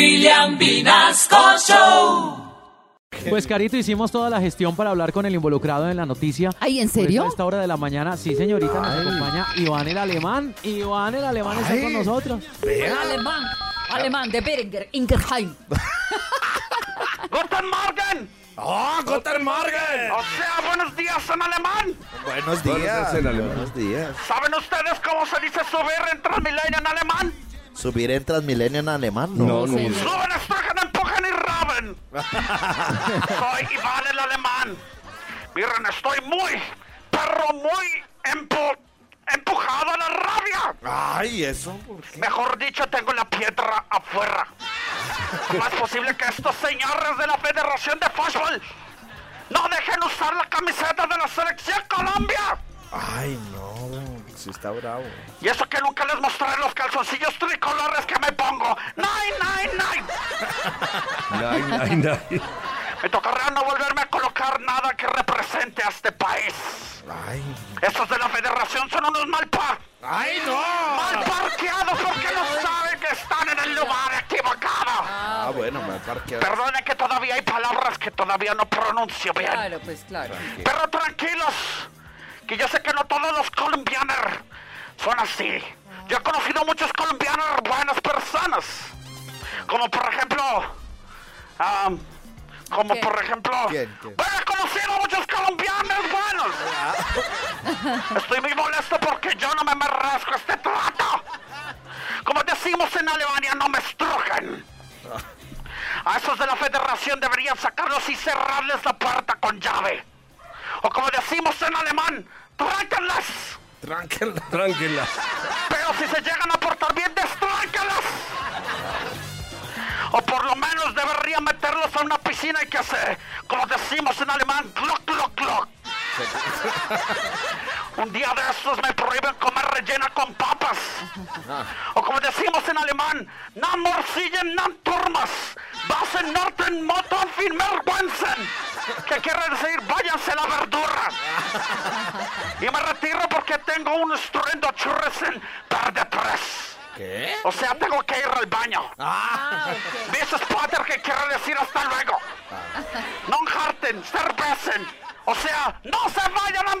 William Vinasco Show. Pues Carito, hicimos toda la gestión para hablar con el involucrado en la noticia. Ay, ¿en Por eso serio? A esta hora de la mañana, sí señorita, nos acompaña Iván el Alemán. Iván el Alemán está con nosotros. Alemán, alemán de Berenger, Ingerheim. ¡Guten Morgen! ¡Oh, Guten Morgen! O sea, buenos días en alemán. Buenos días. Buenos días. ¿Saben ustedes cómo se dice subir en Transmilenio en alemán? Subir en Transmilenio en alemán, ¿no? No, señor. Suben, estrujan, empujan y raben. Soy Iván el alemán. Miren, estoy muy, pero muy empu- empujado a la rabia. Ay, eso. ¿por qué? Mejor dicho, tengo la piedra afuera. ¿Cómo es posible que estos señores de la Federación de Fútbol no dejen usar la camiseta de la Selección Colombia? Ay, no. Si está bravo. Y eso que nunca les mostraré los calzoncillos tricolores que me pongo. ¡Nine, nine, nine! Me tocará no volverme a colocar nada que represente a este país. Ay. Estos de la federación son unos malpa. ¡Ay, no! Mal parqueados porque no saben que están en el lugar equivocado. Ah, bueno, me parqué. Perdone que todavía hay palabras que todavía no pronuncio bien. Claro, pues claro. Pero tranquilos, que yo sé que no todos los colombianos son así. Yo he conocido muchos colombianos buenas personas. Como por ejemplo... am, como ¿Qué? por ejemplo... ¿Quién? ¿Quién? Bueno, he conocido muchos colombianos buenos. Ah. Estoy muy molesto porque yo no me merezco este trato. Como decimos en Alemania, no me estrujen. A esos de la federación deberían sacarlos y cerrarles la puerta con llave. O como decimos en alemán, ¡tránquenlas! Tranquila. Tranquila. Pero si se llegan a portar bien, ¡destránquenlas! O por lo menos deberían meterlos a una piscina y que se, como decimos en alemán, ¡glock, glock, glock! Un día de estos me prohíben comer rellena con papas. O como decimos en alemán, ¡nam morcillen, nam turmas! ¡Basen norten, moton, fin vergüenzen! Que quiere decir, váyanse la verdura. Y me retiro porque tengo un estruendo churresen de tres. ¿Qué? O sea, tengo que ir al baño. Ah, ok. Mrs. Potter, que quiere decir hasta luego. Non harten, cervecen. O sea, no se vayan a